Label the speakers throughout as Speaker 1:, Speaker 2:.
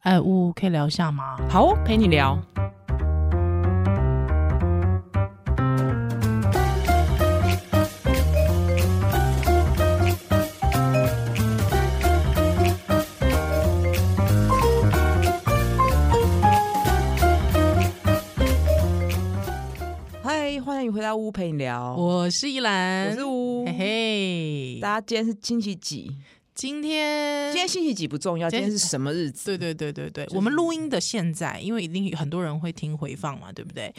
Speaker 1: 哎，呜，可以聊一下吗？
Speaker 2: 好哦，陪你聊。嗨，欢迎回到屋陪你聊，
Speaker 1: 我是依兰，
Speaker 2: 我是屋，
Speaker 1: 嘿嘿，
Speaker 2: 大家今天是星期几？
Speaker 1: 今天
Speaker 2: 今天星期几不重要，
Speaker 1: 嗯今
Speaker 2: 今
Speaker 1: 天
Speaker 2: 天是什么日子？
Speaker 1: 对对对对对，我们录音的现在，因为一定有很多人会听回放嘛，对不对？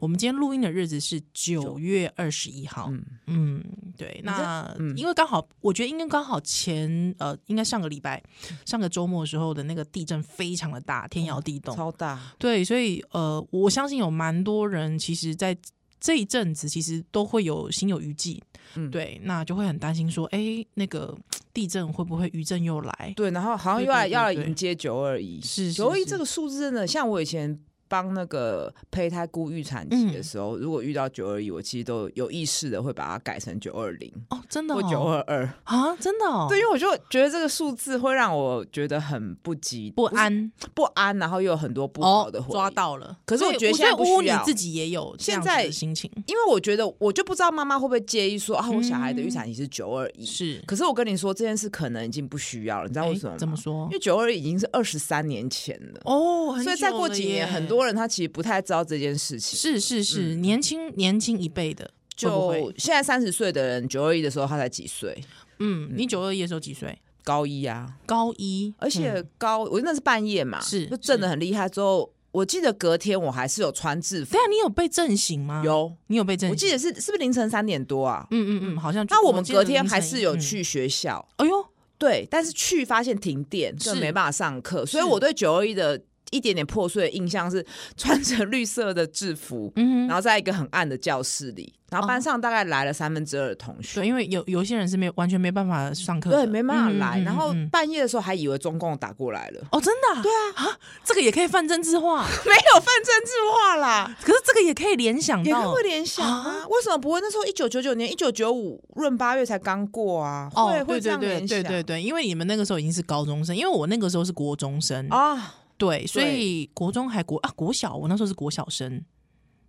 Speaker 1: 我们今天录音的日子是九月二十一号，
Speaker 2: 嗯
Speaker 1: 嗯，对。那、因为刚好，我觉得应该刚好前呃，应该上个礼拜、上个周末的时候的那个地震非常的大，天摇地动，
Speaker 2: 超大，
Speaker 1: 对，所以呃，我相信有蛮多人，其实在这一阵子，其实都会有心有余悸，
Speaker 2: 嗯
Speaker 1: 对，那就会很担心说，哎，那个地震会不会余震又来？
Speaker 2: 对，然后好像又来
Speaker 1: 对对对
Speaker 2: 要来
Speaker 1: 对
Speaker 2: 迎接九二一，
Speaker 1: 是
Speaker 2: 九二一
Speaker 1: 是
Speaker 2: 这个数字真的，像我以前帮那个胚胎估预产期
Speaker 1: 嗯
Speaker 2: 的时候，如果遇到九二一，我其实都有意识的会把它改成九二零
Speaker 1: 哦，真的、
Speaker 2: 或
Speaker 1: 哦、
Speaker 2: 九二二，
Speaker 1: 啊，真的、哦，
Speaker 2: 对，因为我就觉得这个数字会让我觉得很不吉、
Speaker 1: 不安
Speaker 2: 不是、不安，然后又有很多不好
Speaker 1: 哦
Speaker 2: 的，回忆。
Speaker 1: 抓到了。
Speaker 2: 可是
Speaker 1: 所
Speaker 2: 我
Speaker 1: 以
Speaker 2: 觉得
Speaker 1: 我
Speaker 2: 现在
Speaker 1: 觉得
Speaker 2: 不
Speaker 1: 呜呜
Speaker 2: 需
Speaker 1: 你
Speaker 2: 要
Speaker 1: 自己也有这
Speaker 2: 现
Speaker 1: 样子的
Speaker 2: 在
Speaker 1: 心情，
Speaker 2: 因为我觉得我就不知道妈妈会不会介意说啊，我小孩的
Speaker 1: 嗯
Speaker 2: 预产期是九二一。
Speaker 1: 是
Speaker 2: 可是我跟你说这件事可能已经不需要了，你知道为
Speaker 1: 诶
Speaker 2: 什么吗？
Speaker 1: 怎么说
Speaker 2: 因？为九二一已经是二十三年前了，
Speaker 1: 哦，很
Speaker 2: 所以再
Speaker 1: 久
Speaker 2: 过
Speaker 1: 了
Speaker 2: 几年，
Speaker 1: 耶
Speaker 2: 很多人嗯他其实不太知道这件事情。
Speaker 1: 是是是、年轻年轻一辈的，嗯会不
Speaker 2: 就
Speaker 1: 会
Speaker 2: 现在三十岁的人，九二一的时候他才几岁？
Speaker 1: 嗯，你九二一的时候几岁？
Speaker 2: 高一啊，
Speaker 1: 高一，嗯
Speaker 2: 而且高，我那是半夜嘛，
Speaker 1: 是
Speaker 2: 就震的很厉害。之后我记得隔天我还是有穿制服
Speaker 1: 对，啊，你有被震醒吗？，
Speaker 2: 有，
Speaker 1: 你有被震
Speaker 2: 我
Speaker 1: 醒？
Speaker 2: 记得是是不是凌晨三点多啊？
Speaker 1: 嗯嗯嗯，好像就
Speaker 2: 那我
Speaker 1: 我
Speaker 2: 们
Speaker 1: 记
Speaker 2: 隔
Speaker 1: 得
Speaker 2: 天
Speaker 1: 凌
Speaker 2: 还
Speaker 1: 晨
Speaker 2: 是
Speaker 1: 一
Speaker 2: 有。
Speaker 1: 嗯
Speaker 2: 去学校，
Speaker 1: 哎呦，
Speaker 2: 对，但是去发现停电，更
Speaker 1: 是
Speaker 2: 没办法上课，所以
Speaker 1: 是
Speaker 2: 我对九二一的一点点破碎的印象是 穿着绿色的制服，
Speaker 1: 嗯
Speaker 2: 然
Speaker 1: 哼，
Speaker 2: 后在一个很暗的教室里，然后班上大概来了三分之二的同学，
Speaker 1: 对，因为有有一些人是没有完全没办法上课的，
Speaker 2: 对，没办法
Speaker 1: 嗯
Speaker 2: 来。
Speaker 1: 嗯
Speaker 2: 然
Speaker 1: 嗯
Speaker 2: 后
Speaker 1: 嗯
Speaker 2: 半夜的时候还以为中共打过来 了，
Speaker 1: 哦，真的、对啊，啊，这个也可以泛政治化，
Speaker 2: 没有犯政治化啦，
Speaker 1: 可是这个也可以联想
Speaker 2: 也
Speaker 1: 到
Speaker 2: 会联想啊
Speaker 1: 啊？
Speaker 2: 为什么不会？那时候一九九九年、一九九五闰八月才刚过啊，
Speaker 1: 哦
Speaker 2: 会，
Speaker 1: 对
Speaker 2: 会这
Speaker 1: 对
Speaker 2: 样
Speaker 1: 对
Speaker 2: 联
Speaker 1: 对
Speaker 2: 想
Speaker 1: 对对，因为你们那个时候已经是高中生，因为我那个时候是国中生，
Speaker 2: 啊。
Speaker 1: 对，所以国中还国啊国小，我那时候是国小生，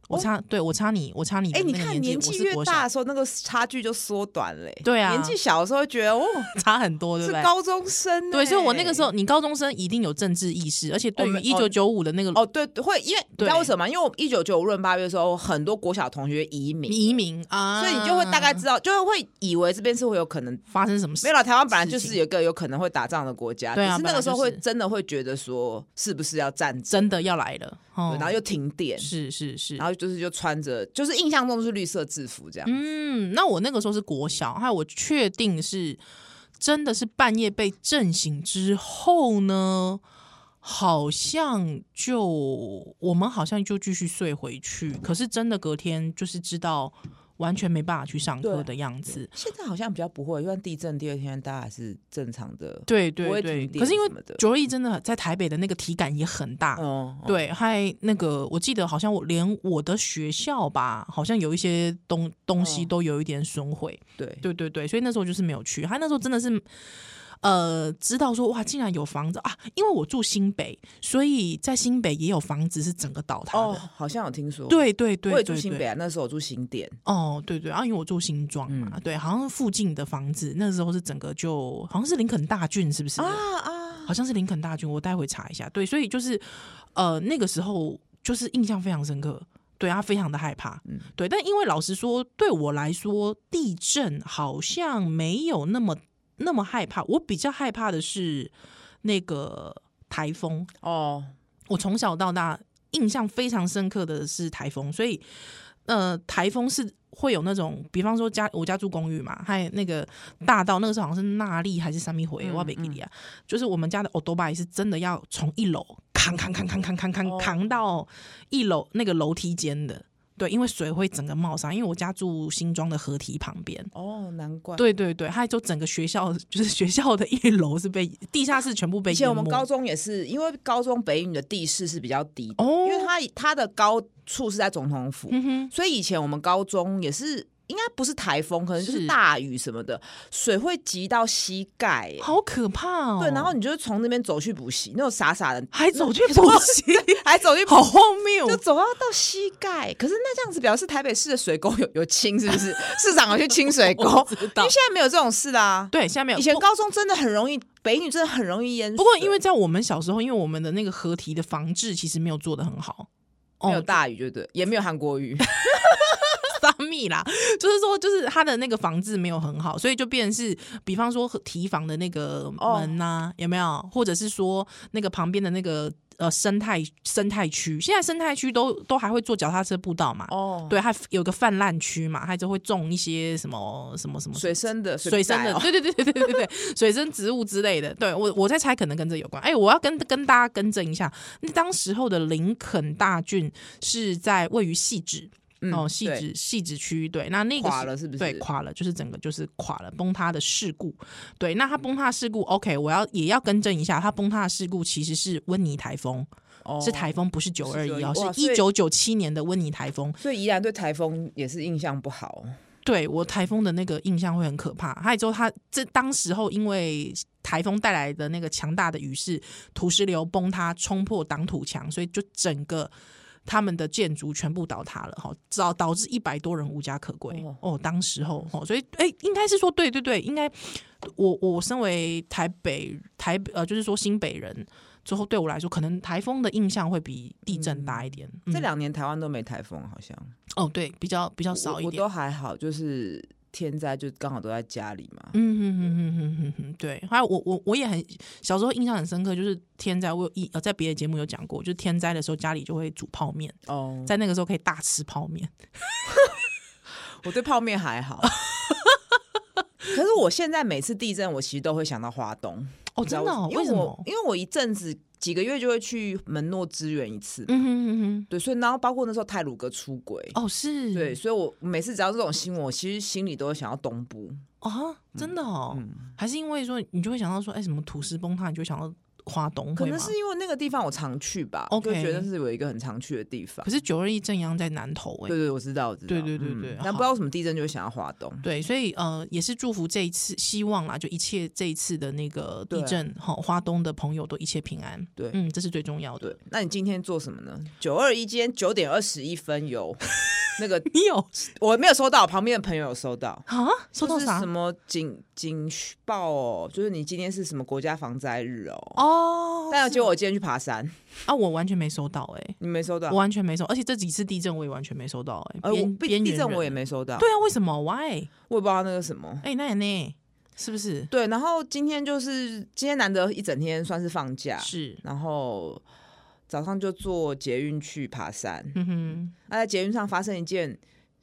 Speaker 1: 我
Speaker 2: 哦
Speaker 1: 差、对我差你我差你的
Speaker 2: 哎，你
Speaker 1: 那个
Speaker 2: 看
Speaker 1: 年
Speaker 2: 年
Speaker 1: 纪
Speaker 2: 纪
Speaker 1: 我是
Speaker 2: 越
Speaker 1: 国小
Speaker 2: 大的时候，那个差距就缩短嘞。
Speaker 1: 对啊
Speaker 2: 年纪小的时候会觉得哦，
Speaker 1: 差很多，对
Speaker 2: 是
Speaker 1: 不对？
Speaker 2: 高中生。欸
Speaker 1: 对，所以我那个时候，。你高中生一定有政治意识，而且对
Speaker 2: 我
Speaker 1: 于
Speaker 2: 们
Speaker 1: 一九九五的那个
Speaker 2: 哦，对，会因为你知道
Speaker 1: 对
Speaker 2: 为什么吗？因为我一九九五闰八月的时候，很多国小同学移民，
Speaker 1: 移民啊，
Speaker 2: 所以你就会大概知道，就会以为这边是会有可能
Speaker 1: 发生什么事
Speaker 2: 没有。啦，台湾本来就
Speaker 1: 事
Speaker 2: 是
Speaker 1: 情
Speaker 2: 有一个有可能会打仗的国家，
Speaker 1: 对啊
Speaker 2: 只是那个时候会
Speaker 1: 本来就是
Speaker 2: 真的会觉得说，是不是要战争？
Speaker 1: 真的要来了，哦
Speaker 2: 对，然后又停电，
Speaker 1: 是是是
Speaker 2: 然，后就是就穿着，就是印象中是绿色制服这样。
Speaker 1: 嗯，那我那个时候是国小，还有我确定是真的是半夜被震醒之后呢，好像就我们好像就继续睡回去，可是真的隔天就是知道完全没办法去上课
Speaker 2: 对
Speaker 1: 的样子，
Speaker 2: 现在好像比较不会，因为地震第二天大家还是正常的。
Speaker 1: 对
Speaker 2: 不
Speaker 1: 对
Speaker 2: 会
Speaker 1: 对，
Speaker 2: 停电
Speaker 1: 可是因为
Speaker 2: 什么的
Speaker 1: 九二一真的在台北的那个体感也很大，
Speaker 2: 哦，哦，
Speaker 1: 对，还那个，我记得好像我连我的学校吧，好像有一些东东西
Speaker 2: 嗯
Speaker 1: 都有一点损毁。
Speaker 2: 对
Speaker 1: 对对对，所以那时候就是没有去。还那时候真的是，呃，知道说哇，竟然有房子啊！因为我住新北，所以在新北也有房子是整个倒塌
Speaker 2: 哦，
Speaker 1: 的。
Speaker 2: 好像有听说。，
Speaker 1: 对对对，
Speaker 2: 我也住
Speaker 1: 对
Speaker 2: 新
Speaker 1: 对
Speaker 2: 北啊，那时候我住新店。
Speaker 1: 哦，对对，啊，因为我住新庄嘛，
Speaker 2: 嗯
Speaker 1: 对，好像附近的房子那时候是整个就好像是林肯大郡，是不是？
Speaker 2: 啊！
Speaker 1: 好像是林肯大军，我待会查一下。对，所以就是呃那个时候就是印象非常深刻，对他非常的害怕，
Speaker 2: 嗯
Speaker 1: 对。但因为老实说，对我来说，地震好像没有那么那么害怕，我比较害怕的是那个台风。
Speaker 2: 哦，
Speaker 1: 我从小到大印象非常深刻的是台风，所以呃，台风是会有那种，比方说家我家住公寓嘛，还有那个大到那个时候好像是纳利还是三米回
Speaker 2: 嗯
Speaker 1: 哇北基利亚，就是我们家的 o d o b a 是真的要从一楼扛扛扛扛扛扛扛
Speaker 2: 哦
Speaker 1: 扛到一楼那个楼梯间的。对，因为水会整个冒上，因为我家住新庄的河堤旁边，
Speaker 2: 哦，难怪。，
Speaker 1: 对对对，还有就整个学校 就是学校的一楼是被地下室全部被
Speaker 2: 以
Speaker 1: 淹
Speaker 2: 前
Speaker 1: 没。
Speaker 2: 我们高中也是，因为高中北影的地势是比较低的，
Speaker 1: 哦
Speaker 2: 因为它它的高处是在总统府，
Speaker 1: 嗯哼，
Speaker 2: 所以以前我们高中也是应该不是台风，可能就是是大雨什么的，水会急到膝盖、欸。
Speaker 1: 好可怕哦！
Speaker 2: 对，然后你就从那边走去补习，那种傻傻的
Speaker 1: 还走 去补，习，
Speaker 2: 还走去补
Speaker 1: 好荒谬
Speaker 2: 就！走到到膝盖。可是那这样子表示台北市的水沟 有有清，是不 是？市长有去清水沟，
Speaker 1: 我
Speaker 2: 因
Speaker 1: 不知道
Speaker 2: 为现在没有这种事啦。
Speaker 1: 对，下面
Speaker 2: 以前高中真的很容易，北女真的很容易淹水。
Speaker 1: 不过因为在我们小时候，因为我们的那个河堤的防治其实没有做的很好，
Speaker 2: 没有
Speaker 1: 哦，
Speaker 2: 大雨，对不对？也没有韩国语，
Speaker 1: 撒米啦，就是说就是它的那个防治没有很好，所以就变成是，比方说堤防的那个
Speaker 2: 哦
Speaker 1: 门呐、有没有？或者是说那个旁边的那个呃生态生态区，现在生态区都都还会做脚踏车步道嘛？
Speaker 2: 哦，
Speaker 1: 对，它有个泛滥区嘛，它就会种一些什么什么什么
Speaker 2: 水生的
Speaker 1: 水生的，
Speaker 2: 不在
Speaker 1: 对
Speaker 2: 哦
Speaker 1: 对对对对对对，水生植物之类的。对我我在猜，可能跟这有关。哎、我要跟跟大家更正一下，那当时候的林肯大郡是在位于细致、
Speaker 2: 嗯
Speaker 1: 哦，细
Speaker 2: 对
Speaker 1: 致细致区，对，那那个
Speaker 2: 垮了是不是
Speaker 1: 对，垮了，就是整个就是垮了，崩塌的事故。对，那它
Speaker 2: 嗯
Speaker 1: 崩塌事故，OK，我要也要更正一下，它崩塌的事故其实是温尼台风，
Speaker 2: 哦
Speaker 1: 是台风，不是九二一哦，
Speaker 2: 921哇
Speaker 1: 是
Speaker 2: 所以
Speaker 1: 一九九七年的温尼台风。
Speaker 2: 哦所以宜兰对台风也是印象不好。
Speaker 1: 对我台风的那个印象会很可怕。还有之后，它这当时候因为台风带来的那个强大的雨势，土石流崩塌冲破挡土墙，所以就整个他们的建筑全部倒塌了，哈，导导致一百多人无家可归。哦
Speaker 2: 哦
Speaker 1: 当时候，哦，所以哎、应该是说对对对，应该我我身为台北台北呃，就是说新北人。之后对我来说，可能台风的印象会比地震大一点。嗯
Speaker 2: 这两年台湾都没台风，好像
Speaker 1: 哦，对，比较比较少
Speaker 2: 我
Speaker 1: 一
Speaker 2: 我
Speaker 1: 点。
Speaker 2: 都还好，就是天灾就刚好都在家里嘛。
Speaker 1: 嗯哼哼哼哼哼哼，对。还有我我我也很小时候印象很深刻，就是天灾，我有一呃在别的节目有讲过，就是天灾的时候家里就会煮泡面，
Speaker 2: 哦，
Speaker 1: 在那个时候可以大吃泡面。
Speaker 2: 我对泡面还 好。可是我现在每次地震，我其实都会想到花东，
Speaker 1: 哦，
Speaker 2: 你知
Speaker 1: 真的、
Speaker 2: 道
Speaker 1: 哦？
Speaker 2: 为
Speaker 1: 什
Speaker 2: 因为
Speaker 1: 么
Speaker 2: 我？因为我一阵子几个月就会去门诺支援一次，
Speaker 1: 嗯哼哼
Speaker 2: 对，所以然后包括那时候泰鲁哥出轨，
Speaker 1: 哼，哦是，
Speaker 2: 对，所以我每次只要这种新闻，我其实心里都会想到东部，
Speaker 1: 啊，真的哦，
Speaker 2: 嗯，
Speaker 1: 还是因为说你就会想到说，哎，什么土石崩塌，你就会想到花东，
Speaker 2: 可
Speaker 1: 会吗
Speaker 2: 能是因为那个地方我常去吧
Speaker 1: OK
Speaker 2: 就觉得是有一个很常去的地方
Speaker 1: 可。是九二一正央在南投哎、
Speaker 2: 对对，我知道，我知道，
Speaker 1: 对对对对
Speaker 2: 但
Speaker 1: 好
Speaker 2: 不知道为什么地震就会想到华东，
Speaker 1: 对，所以呃，也是祝福这一次，希望啦，就一切这一次的那个地
Speaker 2: 对
Speaker 1: 震，好、花东的朋友都一切平安。
Speaker 2: 对
Speaker 1: 嗯，这是最重要的
Speaker 2: 对。，那你今天做什么呢？九二一，今天九点二十一分有那个
Speaker 1: 你有
Speaker 2: 我没有收到，旁边的朋友有收到。
Speaker 1: 啊？收到
Speaker 2: 就是
Speaker 1: 啥
Speaker 2: 什？么警警报哦？就是你今天是什么国家防灾日哦？
Speaker 1: 哦，
Speaker 2: 但
Speaker 1: 是
Speaker 2: 结果我今天去爬山，
Speaker 1: 啊，我完全没收到哎、
Speaker 2: 你没收到
Speaker 1: 我？完全没收，而且这几次地震我也完全没收到哎、
Speaker 2: 啊呃，我
Speaker 1: 边边
Speaker 2: 地
Speaker 1: 缘
Speaker 2: 地震
Speaker 1: 人
Speaker 2: 我也没收到，
Speaker 1: 对啊，为什么？Why？
Speaker 2: 我也不知道那个什么。
Speaker 1: 哎、那也呢，是不是？
Speaker 2: 对，然后今天就是今天难得一整天算是放假，
Speaker 1: 是，
Speaker 2: 然后早上就坐捷运去爬山。
Speaker 1: 嗯哼，
Speaker 2: 那在捷运上发生一件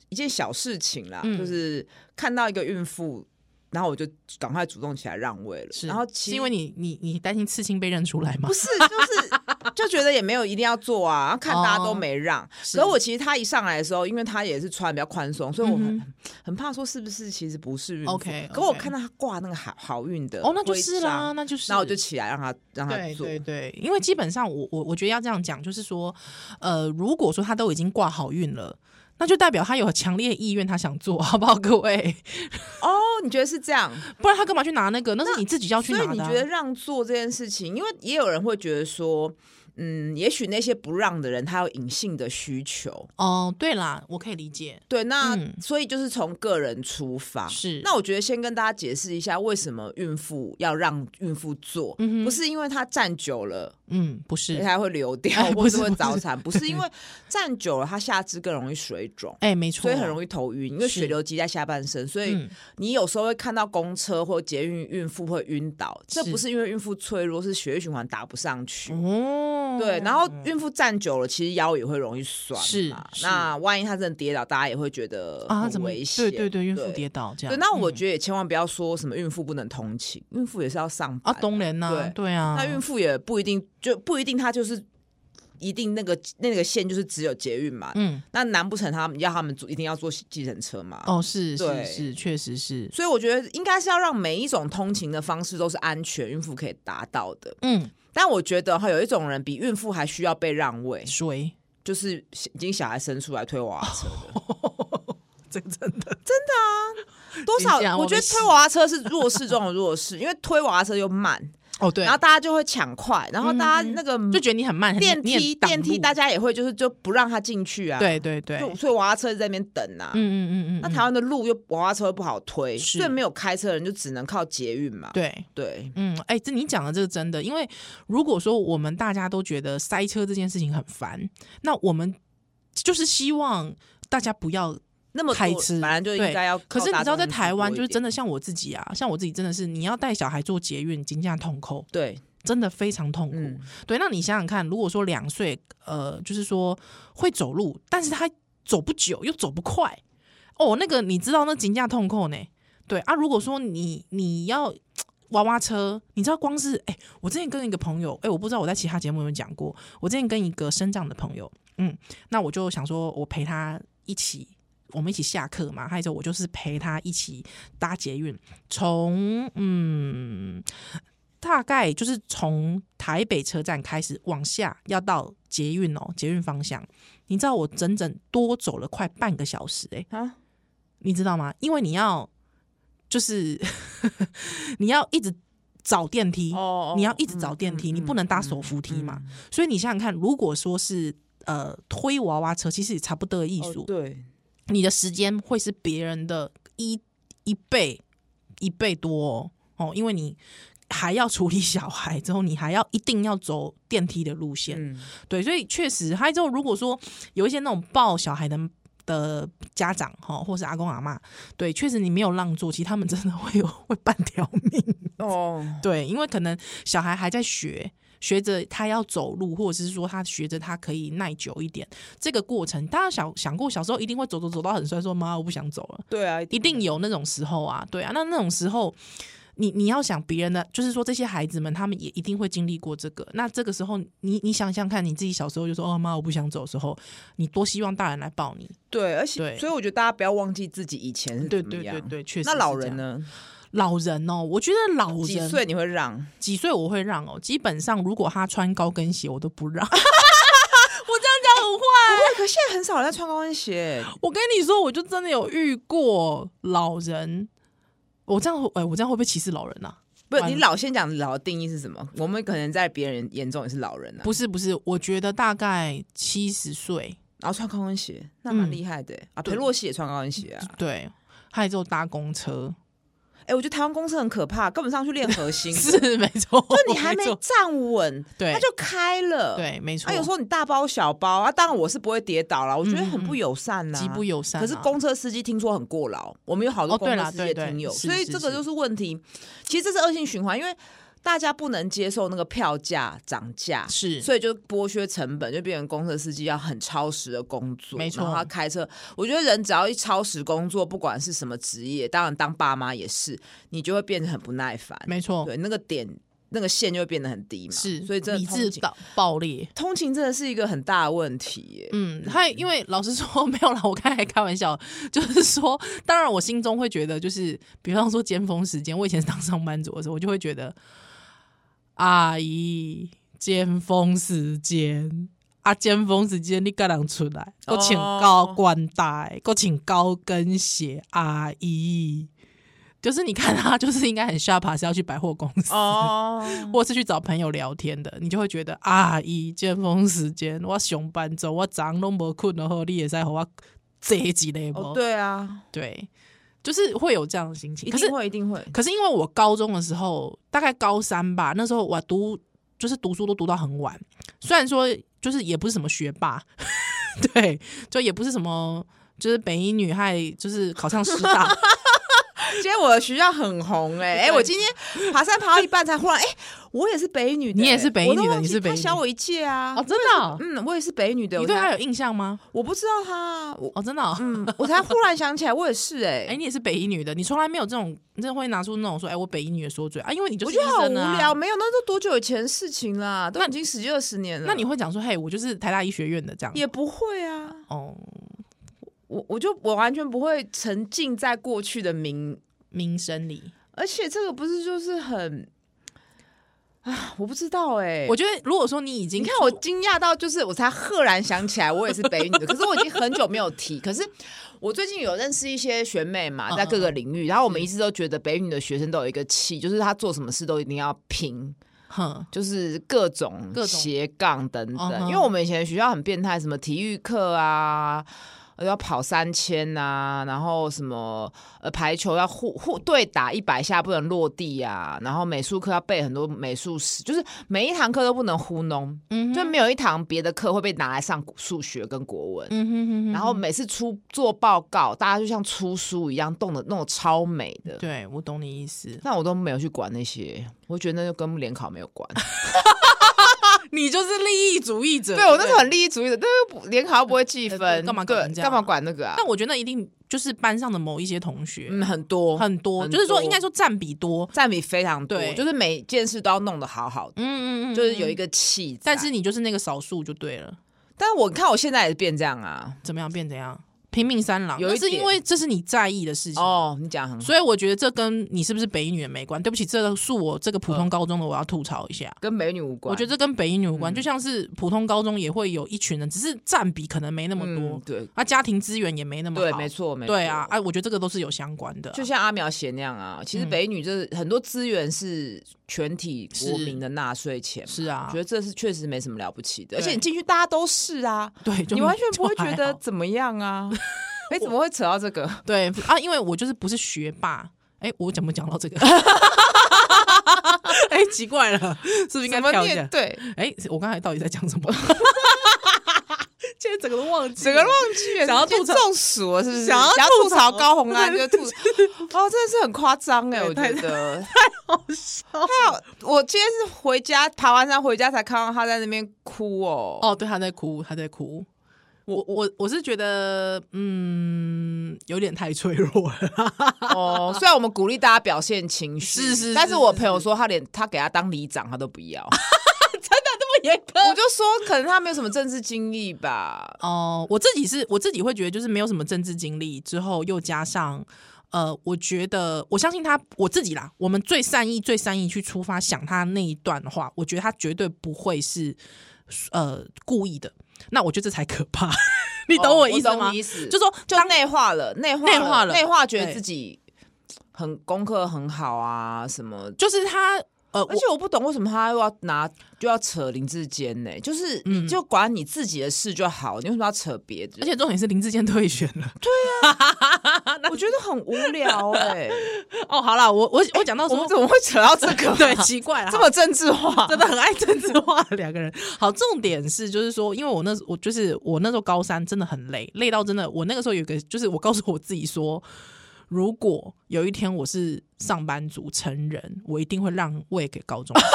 Speaker 2: 一件小事情啦，
Speaker 1: 嗯
Speaker 2: 就是看到一个孕妇，然后我就赶快主动起来让位了。
Speaker 1: 是。
Speaker 2: 然后
Speaker 1: 是
Speaker 2: 其
Speaker 1: 因为你你你担心刺青被认出来吗
Speaker 2: 不？是，就是就觉得也没有一定要做啊，然后看大家
Speaker 1: 哦
Speaker 2: 都没让。
Speaker 1: 是
Speaker 2: 可是我其实她一上来的时候，因为她也是穿得比较宽松，所以我很、
Speaker 1: 嗯
Speaker 2: 很怕说是不是其实不是孕妇。
Speaker 1: OK，
Speaker 2: 可我
Speaker 1: OK
Speaker 2: 看到她挂那个好好运的
Speaker 1: 哦，那就是
Speaker 2: 徽
Speaker 1: 啦，
Speaker 2: 章，
Speaker 1: 那就是。
Speaker 2: 然后我就起来让她让她
Speaker 1: 对
Speaker 2: 做。
Speaker 1: 对对，因为基本上我我我觉得要这样讲，就是说，呃，如果说他都已经挂好运了，那就代表他有强烈意愿，他想做，好不好，各位？
Speaker 2: 哦，你觉得是这样？
Speaker 1: 不然他干嘛去拿那个？那是你自己要去
Speaker 2: 哦所以
Speaker 1: 拿
Speaker 2: 你
Speaker 1: 的啊、
Speaker 2: 觉得让座这件事情，因为也有人会觉得说，嗯，也许那些不让的人，他有隐性的需求。
Speaker 1: 哦，对啦，我可以理解，
Speaker 2: 对，那、
Speaker 1: 嗯
Speaker 2: 所以就是从个人出发。
Speaker 1: 是
Speaker 2: 啊那我觉得先跟大家解释一下，为什么孕妇要让孕妇坐，不是因为她站久了
Speaker 1: 嗯，不是，
Speaker 2: 她会流掉，
Speaker 1: 哎 不
Speaker 2: 或
Speaker 1: 是
Speaker 2: 是会
Speaker 1: 不是
Speaker 2: 早产，不是因为站久了她下肢更容易水肿。
Speaker 1: 哎、没错，
Speaker 2: 所以很
Speaker 1: 易，
Speaker 2: 容易头晕，因为
Speaker 1: 是
Speaker 2: 血流积在下半身，所以
Speaker 1: 嗯，
Speaker 2: 你有时候会看到公车或捷运孕妇会晕倒，这
Speaker 1: 是
Speaker 2: 不是因为孕妇脆弱，是血液循环打不上去。
Speaker 1: 哦，
Speaker 2: 对，然后孕妇站久了，其实腰也会容易酸嘛。
Speaker 1: 是是
Speaker 2: 那万一她真的跌倒，大家也会觉得
Speaker 1: 啊，
Speaker 2: 很
Speaker 1: 怎么
Speaker 2: 危险。
Speaker 1: 对对对，孕妇跌倒这样，
Speaker 2: 对，那我
Speaker 1: 嗯
Speaker 2: 觉得也千万不要说什么孕妇不能通勤，孕妇也是要上
Speaker 1: 啊，
Speaker 2: 班。
Speaker 1: 东人呐、
Speaker 2: 对
Speaker 1: 对啊，
Speaker 2: 那孕妇也不一定，就不一定她就是一定那个那个线就是只有捷运嘛。
Speaker 1: 嗯，
Speaker 2: 那难不成他们要他们坐一定要坐计程车嘛？
Speaker 1: 哦，是是
Speaker 2: 对
Speaker 1: 是，确实是，
Speaker 2: 所以我觉得应该是要让每一种通勤的方式都是安全，孕妇可以达到的。
Speaker 1: 嗯，
Speaker 2: 但我觉得哈，有一种人比孕妇还需要被让位，
Speaker 1: 谁？
Speaker 2: 就是已经小孩生出来推娃娃车的。 啊
Speaker 1: 这个真的
Speaker 2: 多少
Speaker 1: 等一下？
Speaker 2: 我
Speaker 1: 我
Speaker 2: 觉
Speaker 1: 被
Speaker 2: 得
Speaker 1: 洗
Speaker 2: 推娃娃车是弱势中的弱势，因为推娃娃车又慢，
Speaker 1: 哦， 对
Speaker 2: 然后大家就会抢快，然后大家
Speaker 1: 嗯
Speaker 2: 那个
Speaker 1: 就觉得你很慢，很
Speaker 2: 电
Speaker 1: 你很
Speaker 2: 梯
Speaker 1: 挡
Speaker 2: 电梯
Speaker 1: 路
Speaker 2: 大家也会就是就不让他进去啊，
Speaker 1: 对对对，
Speaker 2: 就，所以娃娃车在那边等啊。
Speaker 1: 嗯嗯嗯嗯，
Speaker 2: 那
Speaker 1: 嗯
Speaker 2: 台湾的路又娃娃车不好推，
Speaker 1: 是
Speaker 2: 所以没有开车的人就只能靠捷运嘛。
Speaker 1: 对。
Speaker 2: 对，
Speaker 1: 嗯，哎、这你讲的这个真的，因为如果说我们大家都觉得塞车这件事情很烦，那我们就是希望大家不要。
Speaker 2: 那么
Speaker 1: 开
Speaker 2: 多
Speaker 1: 车
Speaker 2: 本来就应
Speaker 1: 对
Speaker 2: 该要。
Speaker 1: 可是你知道，在台湾就是真
Speaker 2: 的
Speaker 1: 的像我自己啊，像我自己真的是，你要带小孩做捷运，金价痛扣，
Speaker 2: 对，
Speaker 1: 真的非常痛苦。
Speaker 2: 嗯，
Speaker 1: 对，那你想想看，如果说两岁，呃，就是说会走路，但是他走不久又走不快，哦，那个你知道那金价痛扣呢？对啊，如果说你你要娃娃车，你知道光是哎、我之前跟一个朋友，哎、我不知道我在其他节目有没有讲过，我之前跟一个生长的朋友，嗯，那我就想说我陪他一起。我们一起下课嘛，还有我就是陪他一起搭捷运，从嗯大概就是从台北车站开始往下，要到捷运哦，捷运方向。你知道我整整多走了快半个小时哎、
Speaker 2: 啊，
Speaker 1: 你知道吗？因为你要就是你要一直找电梯，
Speaker 2: 哦嗯
Speaker 1: 你要一直找电梯，你不能搭手扶梯嘛。所以你想想看，如果说是呃推娃娃车，其实也差不多的艺
Speaker 2: 艺
Speaker 1: 术，
Speaker 2: 哦对，
Speaker 1: 你的时间会是别人的一一倍一倍多哦哦，因为你还要处理小孩之后，你还要一定要走电梯的路线，
Speaker 2: 嗯，
Speaker 1: 对，所以确实，还有之后如果说有一些那种抱小孩的。的家长哈，哦或是阿公阿妈，对，确实你没有让座，其实他们真的会有会半条命。
Speaker 2: 哦，
Speaker 1: 对，因为可能小孩还在学，学着他要走路，或者是说他学着他可以耐久一点。这个过程，大家想想过，小时候一定会走走走到很衰，说妈我不想走了，
Speaker 2: 对啊，
Speaker 1: 一定有那种时候啊，对啊，那那种时候。你你要想别人的，就是说这些孩子们，他们也一定会经历过这个。那这个时候，你你想想看，你自己小时候就说“哦妈，我不想走”的时候，你多希望大人来抱你。
Speaker 2: 对，而
Speaker 1: 对
Speaker 2: 且所以我觉得大家不要忘记自己以前是
Speaker 1: 对
Speaker 2: 怎么
Speaker 1: 对
Speaker 2: 样
Speaker 1: 对。对，确实。
Speaker 2: 那老人？呢？
Speaker 1: 老人哦，我觉得老人
Speaker 2: 几岁你会让？我
Speaker 1: 几岁我会让哦，基本上如果他穿高跟鞋，我都 不让。
Speaker 2: 这样讲很坏。可现在很少人在穿高跟鞋。
Speaker 1: 我跟你说，我就真的有遇过老人。我这样会，哎、我这样会不会歧视老人啊？
Speaker 2: 不是
Speaker 1: 完了
Speaker 2: 你老先讲老的定义是什么？我们可能在别人眼中也是老人啊。
Speaker 1: 不是不是，我觉得大概七十岁，
Speaker 2: 然后穿高跟鞋，那
Speaker 1: 嗯
Speaker 2: 蛮厉害的欸、啊。
Speaker 1: 对嗯
Speaker 2: 裴洛西也穿高跟鞋啊。
Speaker 1: 对，还有搭公 车，
Speaker 2: 哎、我觉得台湾公司很可怕，根本上去练 核心的，就是
Speaker 1: 没错，
Speaker 2: 你 还没
Speaker 1: 错
Speaker 2: 站稳，
Speaker 1: 对，
Speaker 2: 它就开了。。
Speaker 1: 对，没错，
Speaker 2: 啊，有时候你大包小包啊，当然我是不会跌倒啦，我觉得
Speaker 1: 嗯嗯
Speaker 2: 很不友善呐、
Speaker 1: 极不友善啊、
Speaker 2: 可是公车司机听说很过劳，我们有好
Speaker 1: 哦
Speaker 2: 多公
Speaker 1: 对啦
Speaker 2: 车司机也
Speaker 1: 对对
Speaker 2: 听友，
Speaker 1: 是
Speaker 2: 所以
Speaker 1: 是
Speaker 2: 这个
Speaker 1: 是
Speaker 2: 就是问题。其实这是恶性循环，因为大家不能接受那个票价涨价，
Speaker 1: 是
Speaker 2: 所以就剥削成本，就变成公车司机要很超时的工作，
Speaker 1: 没错
Speaker 2: 然后他开车，我觉得人只要一超时工作，不管是什么职业，当然当爸妈也是，你就会变得很不耐烦。
Speaker 1: 没错，
Speaker 2: 对，那个点那个线就会变得很低嘛。
Speaker 1: 是，
Speaker 2: 所以真
Speaker 1: 理
Speaker 2: 的通
Speaker 1: 智
Speaker 2: 勤，
Speaker 1: 到爆裂。
Speaker 2: 通勤真的是一个很大的问题耶。
Speaker 1: 嗯，还因为老实说 没有啦，我刚才开玩笑，就是说，当然我心中会觉得，就是比方说尖峰时间，我以前当上班族的时候，我就会觉得，阿姨尖峰时间啊，尖峰时间你干人出来？我请高冠带，我请高跟鞋，阿姨。就是你看他，就是应该很 sharp，是要去百货公司
Speaker 2: 哦，
Speaker 1: 或是去找朋友聊天的，你就会觉得啊，伊尖峰时间我上班族，我昨拢无困，然后你也在和我坐一下无、
Speaker 2: 哦，对啊，
Speaker 1: 对就是会有这样的心情。
Speaker 2: 一
Speaker 1: 可是
Speaker 2: 定会，一定会。
Speaker 1: 可是因为我高中的时候，大概高三吧，那时候我读就是读书都读到很晚，虽然说就是也不是什么学霸， 对，就也不是什么。就是北一女还就是考上师 大，
Speaker 2: 今天我的学校很 红哎、欸、哎、
Speaker 1: 对
Speaker 2: 我今天爬山爬到一半才忽然哎、我也是北一女的欸、
Speaker 1: 你也是北一女的
Speaker 2: 我都忘记
Speaker 1: 你是北一女
Speaker 2: 她小我一届啊。
Speaker 1: 哦，真的哦、
Speaker 2: 嗯，我也是北一女的，
Speaker 1: 你
Speaker 2: 我
Speaker 1: 对
Speaker 2: 才
Speaker 1: 她有印象吗？
Speaker 2: 我不知道她， 我
Speaker 1: 哦，真的、哦，
Speaker 2: 嗯，我才忽然想起来，我也是哎、
Speaker 1: 哎、你也是北一女的，你从来没有这种，你真的会拿出那种说，哎、我北一女的说嘴啊，因为你就
Speaker 2: 我
Speaker 1: 是
Speaker 2: 觉得
Speaker 1: 医
Speaker 2: 好
Speaker 1: 生啊
Speaker 2: 无聊，。没有，那都多久以前的事情啦，都已经十几二十年了。
Speaker 1: 那你会讲说，嘿，我就是台大医学院的这样。
Speaker 2: 也不会啊，
Speaker 1: 哦，
Speaker 2: 我我就我完全不会沉浸在过去的名，
Speaker 1: 民生里
Speaker 2: 而且这个不是就是很我不知道哎、
Speaker 1: 我觉得如果说你已经
Speaker 2: 你看
Speaker 1: 出
Speaker 2: 我惊讶到，就是我才赫然想起来，我也是北女的，可是我已经很久没有提。可是我最近有认识一些学妹嘛，在各个领域，然后我们一直都觉得北女的学生都有一个气，就是她做什么事都一定要拼，
Speaker 1: 哼
Speaker 2: 就是各种
Speaker 1: 各种
Speaker 2: 斜杠等等。
Speaker 1: 嗯哼
Speaker 2: 因为我们以前学校很变态，什么体育课啊。呃要跑三千啊，然后什么呃排球要互互对打一百下不能落地啊，然后美术课要背很多美术史，就是每一堂课都不能糊弄，
Speaker 1: 嗯哼
Speaker 2: 就没有一堂别的课会被拿来上数学跟国文。
Speaker 1: 嗯哼哼哼，
Speaker 2: 然后每次出做报告，大家就像出书一样，动的弄得超美的。
Speaker 1: 对我懂你意思，
Speaker 2: 但我都没有去管那些，我觉得那就跟联考没有关。
Speaker 1: 你就是利益主义者。
Speaker 2: 对我那
Speaker 1: 不
Speaker 2: 时候很利益主义的，但又不联考又不会计
Speaker 1: 呃
Speaker 2: 分，
Speaker 1: 干嘛
Speaker 2: 对
Speaker 1: 管人家
Speaker 2: 干嘛管那个啊
Speaker 1: 但？我觉得那一定就是班上的某一些同学、
Speaker 2: 嗯，很多
Speaker 1: 很多，
Speaker 2: 很
Speaker 1: 就是说
Speaker 2: 多
Speaker 1: 应该说占比多。
Speaker 2: 占比非常多
Speaker 1: 对，
Speaker 2: 就是每件事都要弄得好好的，
Speaker 1: 嗯嗯嗯，
Speaker 2: 就是有一
Speaker 1: 个，
Speaker 2: 个气在。
Speaker 1: 但是你就是那个少数就对了。
Speaker 2: 但我看我现在也是变这样啊。
Speaker 1: 怎么样变怎样？拼命三郎，
Speaker 2: 有一
Speaker 1: 那是因
Speaker 2: 点
Speaker 1: 为这是你在意的事情。
Speaker 2: 哦，你讲得很好，
Speaker 1: 嗯所以我觉得这跟你是不是北一女也没关。对不起，这个是我这个普
Speaker 2: 嗯
Speaker 1: 通高中的，我要吐槽一下。
Speaker 2: 跟美女无关。
Speaker 1: 我觉得这跟北一女
Speaker 2: 嗯
Speaker 1: 无关，就像是普通高中也会有一群人，只是占比可能没那么多
Speaker 2: 嗯，，对
Speaker 1: 啊，家庭资源也没那么好。
Speaker 2: 对，没错，没错。
Speaker 1: 对啊，哎、我觉得这个都是有相关的啊、
Speaker 2: 就像阿苗写那样啊，其实
Speaker 1: 嗯
Speaker 2: 北女就是很多资源是全体国民的纳税钱嘛，
Speaker 1: 是啊
Speaker 2: 我觉，得这是确实没什么了不起的，而且
Speaker 1: 对
Speaker 2: 你进去大家都是啊，
Speaker 1: 对，就
Speaker 2: 你完全不会
Speaker 1: 就还
Speaker 2: 觉得
Speaker 1: 好
Speaker 2: 怎么样啊。哎、怎么会扯到这个？
Speaker 1: 对啊，因为我就是不是学霸。哎，我怎么讲到这 个？ 哎，奇怪了，是不是应该
Speaker 2: 怎么
Speaker 1: 跳一
Speaker 2: 念
Speaker 1: 下？
Speaker 2: 对，
Speaker 1: 哎，我刚才到底在讲什 么？现在整个都忘记了，
Speaker 2: 整个忘记了，
Speaker 1: 想要
Speaker 2: 直接
Speaker 1: 吐槽
Speaker 2: 中暑了，是不是？
Speaker 1: 想要
Speaker 2: 想要
Speaker 1: 吐
Speaker 2: 吐槽
Speaker 1: 槽
Speaker 2: 高红安，就吐哦，真的是很夸张哎，
Speaker 1: 对
Speaker 2: 我
Speaker 1: 太
Speaker 2: 觉得。
Speaker 1: 好笑。
Speaker 2: 还有，我今天是回家爬完山回家才看到他在那边哭哦。
Speaker 1: 哦，对，他在哭，他在哭。我我我是觉得，嗯，有点太脆弱了。
Speaker 2: 哦，虽然我们鼓励大家表现情绪，
Speaker 1: 是是
Speaker 2: 但
Speaker 1: 是
Speaker 2: 是我
Speaker 1: 是
Speaker 2: 朋友说他连他给他当里长他都不 要，
Speaker 1: 也可
Speaker 2: 我就说可能他没有什么政治经历吧。
Speaker 1: 哦，我自己是我自己会觉得，就是没有什么政治经历之后，又加上呃，我觉得我相信他我自己啦。我们最善意、最善意去出发想他那一段的话，我觉得他绝对不会是呃故意的。那我觉得这才可怕， 你
Speaker 2: 你
Speaker 1: 懂哦我意思
Speaker 2: 哦懂
Speaker 1: 吗？
Speaker 2: 你意思，
Speaker 1: 就说
Speaker 2: 就内化了，内化
Speaker 1: 内化了
Speaker 2: 内化觉得
Speaker 1: 对
Speaker 2: 自己很功课很好啊什么。
Speaker 1: 就是他呃，我
Speaker 2: 而且我不懂为什么他又要拿就要扯林志坚呢、就是你就管你自己的事就好，你为什么要扯别的？
Speaker 1: 而且重点是林志坚退选了。
Speaker 2: 我觉得很无 聊哎、
Speaker 1: 哦，好啦，我我我讲到
Speaker 2: 我
Speaker 1: 说
Speaker 2: 们怎么会扯到这个、啊？
Speaker 1: 对，奇怪啦，
Speaker 2: 这么政治化，
Speaker 1: 真的很爱政治化的两个人。好，重点是就是说，因为我那时我就是我那时候高三真的很累，累到真的我那个时候有一个就是我告诉我自己说，如果有一天我是上班族成人，我一定会让位给高中生。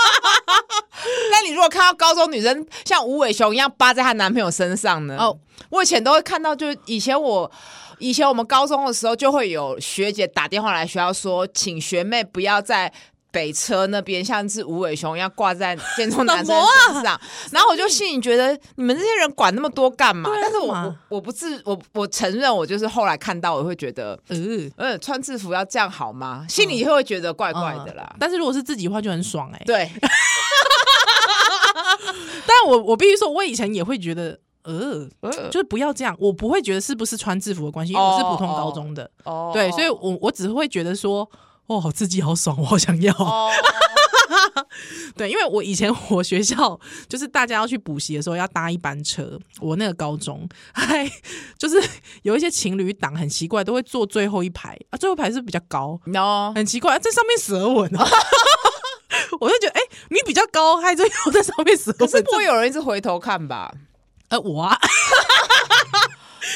Speaker 2: 那你如果看到高中女生像无尾熊一样扒在她男朋友身上呢？
Speaker 1: 哦
Speaker 2: 哦，我以前都会看到，就是以前我以前我们高中的时候，就会有学姐打电话来学校说，请学妹不要在。北车那边像是无尾熊一样挂在建中 男生
Speaker 1: 啊
Speaker 2: 身上，然后我就心里觉得你们这些人管那么多干嘛
Speaker 1: 对啊？
Speaker 2: 但是我
Speaker 1: 干嘛
Speaker 2: 我我不自我我承认，我就是后来看到我会觉得，
Speaker 1: 呃，
Speaker 2: 嗯，穿制服要这样好吗？心
Speaker 1: 哦
Speaker 2: 里会觉得怪怪的啦
Speaker 1: 嗯。但是如果是自己的话就很爽哎、
Speaker 2: 对，
Speaker 1: 但我我必须说，我以前也会觉得。呃，
Speaker 2: 呃
Speaker 1: 就是不要这样，我不会觉得是不是穿制服的关系，因为我是普通高中的，
Speaker 2: 哦
Speaker 1: 对，所以我我只会觉得说，哦，好刺激，好爽，我好想要。
Speaker 2: 哦，
Speaker 1: 对，因为我以前我学校就是大家要去补习的时候要搭一班车，我那个高中还就是有一些情侣档很奇怪，都会坐最后一排啊，最后一排是比较高，
Speaker 2: no，
Speaker 1: 很奇怪，在上面舌吻啊。 我就觉得，哎、你比较高，还最后在上面舌
Speaker 2: 可是
Speaker 1: 吻，
Speaker 2: 不会有人一直回头看吧？
Speaker 1: 呃，我啊，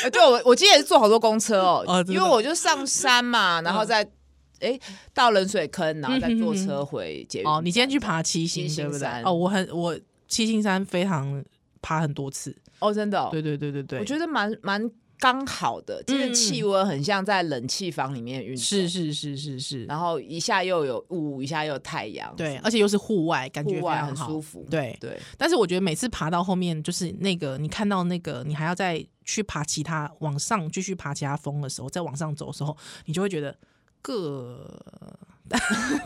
Speaker 2: 呃，对我我今天也是坐好多公车哦，
Speaker 1: 哦真的嗯
Speaker 2: 因为我就上山嘛，然后再哎、到冷水坑，然后再坐车回捷运。
Speaker 1: 哦，你今天去爬七星
Speaker 2: 七星
Speaker 1: 对不对？
Speaker 2: 山
Speaker 1: 哦，我很我七星山非常爬很多次，
Speaker 2: 哦，真的、哦，
Speaker 1: 对对对对对，
Speaker 2: 我觉得蛮蛮刚好的，这个
Speaker 1: 嗯
Speaker 2: 气温很像在冷气房里面运动，
Speaker 1: 是是是是是，
Speaker 2: 然后一下又有雾，一下又有太阳，
Speaker 1: 对，，而且又是户外，感觉非
Speaker 2: 户外
Speaker 1: 常
Speaker 2: 很
Speaker 1: 好
Speaker 2: 舒服，
Speaker 1: 对
Speaker 2: 对，
Speaker 1: 但是我觉得每次爬到后面，就是那个你看到那个，你还要再去爬其他往上继续爬其他峰的时候，再往上走的时候，你就会觉得个呃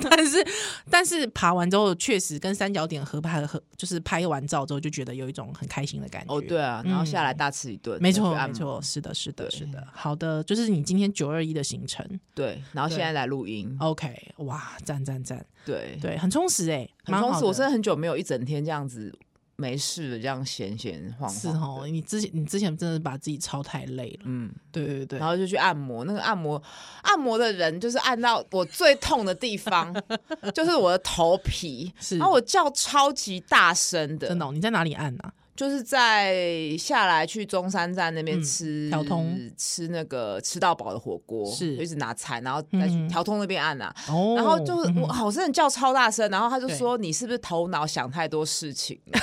Speaker 1: 但是 但是爬完之后，确实跟三角点合拍合，就是拍完照之后就觉得有一种很开心的感觉。嗯
Speaker 2: 哦，对啊，然后下来大吃一顿，
Speaker 1: 没
Speaker 2: 再
Speaker 1: 错
Speaker 2: 去，按
Speaker 1: 没
Speaker 2: 摩，
Speaker 1: 错，是的，是的，
Speaker 2: 对
Speaker 1: 是的。好的，就是你今天九二一的行程
Speaker 2: 对，然后现
Speaker 1: 对哦
Speaker 2: 在来录音，
Speaker 1: ，OK，哇，赞赞赞，
Speaker 2: 对，
Speaker 1: 对，很充实哎、欸，
Speaker 2: 很
Speaker 1: 蛮
Speaker 2: 充
Speaker 1: 好
Speaker 2: 实。我
Speaker 1: 的
Speaker 2: 真的很久没有一整天这样子没事的这样闲闲晃
Speaker 1: 是
Speaker 2: 晃的，
Speaker 1: 哦，你之前你之前真的把自己操太累了，
Speaker 2: 嗯，
Speaker 1: 对对对
Speaker 2: 然，后就去按摩，那个按摩按摩的人就是按到我最痛的 地方，就是我的头皮，
Speaker 1: 是，
Speaker 2: 然后我叫超级大声的，
Speaker 1: 真的哦、你在哪里按啊？
Speaker 2: 就是在下来去中山站那边
Speaker 1: 嗯
Speaker 2: 吃、
Speaker 1: 调通
Speaker 2: 吃那个吃到饱的火锅，
Speaker 1: 是
Speaker 2: 就一直拿餐，然后再去
Speaker 1: 嗯
Speaker 2: 调通那边按啊，
Speaker 1: 哦，
Speaker 2: 然后就是
Speaker 1: 嗯
Speaker 2: 我好真的叫超大声，然后他就
Speaker 1: 对
Speaker 2: 说你是不是头脑想太多事情了？